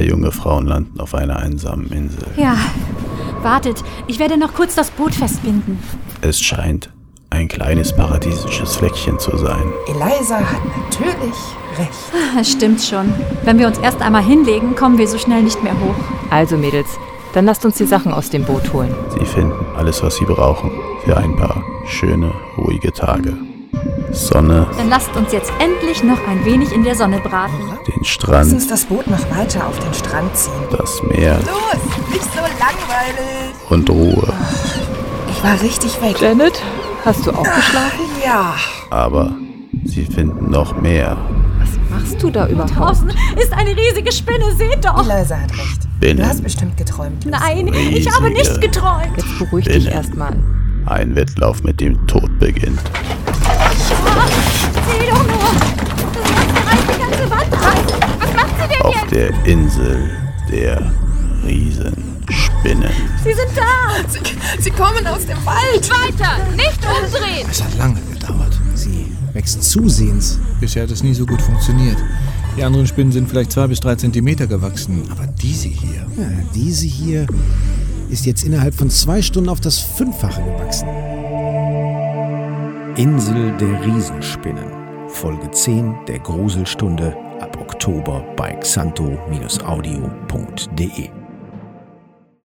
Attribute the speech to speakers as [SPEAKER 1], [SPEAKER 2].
[SPEAKER 1] junge Frauen landen auf einer einsamen Insel.
[SPEAKER 2] Ja, wartet, ich werde noch kurz das Boot festbinden.
[SPEAKER 1] Es scheint ein kleines paradiesisches Fleckchen zu sein.
[SPEAKER 3] Eliza hat natürlich recht.
[SPEAKER 2] Das Ah, stimmt schon. Wenn wir uns erst einmal hinlegen, kommen wir so schnell nicht mehr hoch.
[SPEAKER 4] Also Mädels, dann lasst uns die Sachen aus dem Boot holen.
[SPEAKER 1] Sie finden alles, was sie brauchen für ein paar schöne, ruhige Tage. Sonne,
[SPEAKER 2] Dann lasst uns jetzt endlich noch ein wenig in der Sonne braten.
[SPEAKER 1] den
[SPEAKER 3] Lass
[SPEAKER 1] Strand,
[SPEAKER 3] uns das Boot noch weiter auf den Strand ziehen.
[SPEAKER 1] das Meer
[SPEAKER 3] Los, nicht so langweilig.
[SPEAKER 1] und Ruhe.
[SPEAKER 3] Ich war richtig weg.
[SPEAKER 4] Janet, hast du auch geschlafen?
[SPEAKER 3] Ja.
[SPEAKER 1] Aber sie finden noch mehr.
[SPEAKER 4] Machst du da überhaupt?
[SPEAKER 2] Draußen ist eine riesige Spinne, seht doch!
[SPEAKER 3] Eliza hat recht. Du hast
[SPEAKER 1] Binnen,
[SPEAKER 3] bestimmt geträumt. Lucy.
[SPEAKER 2] Nein, ich habe
[SPEAKER 1] Riesige.
[SPEAKER 2] nicht geträumt.
[SPEAKER 4] Jetzt beruhig dich
[SPEAKER 1] Binnen.
[SPEAKER 4] erstmal.
[SPEAKER 1] ein Wettlauf mit dem Tod beginnt.
[SPEAKER 2] Sieh doch nur! Das reißt die ganze Wand ein. Was macht sie denn
[SPEAKER 1] Auf
[SPEAKER 2] jetzt?
[SPEAKER 1] der Insel der Riesenspinnen.
[SPEAKER 2] Sie sind da!
[SPEAKER 3] Sie kommen aus dem Wald.
[SPEAKER 2] Weiter! Nicht umdrehen!
[SPEAKER 5] Es hat lange gedauert. Sie wächst zusehends.
[SPEAKER 6] Bisher hat es nie so gut funktioniert. Die anderen Spinnen sind vielleicht zwei bis drei Zentimeter gewachsen, aber diese hier.
[SPEAKER 5] Ja, diese hier ist jetzt innerhalb von zwei Stunden auf das Fünffache gewachsen.
[SPEAKER 7] Insel der Riesenspinnen. Folge 10 der Gruselstunde ab Oktober bei xanto-audio.de.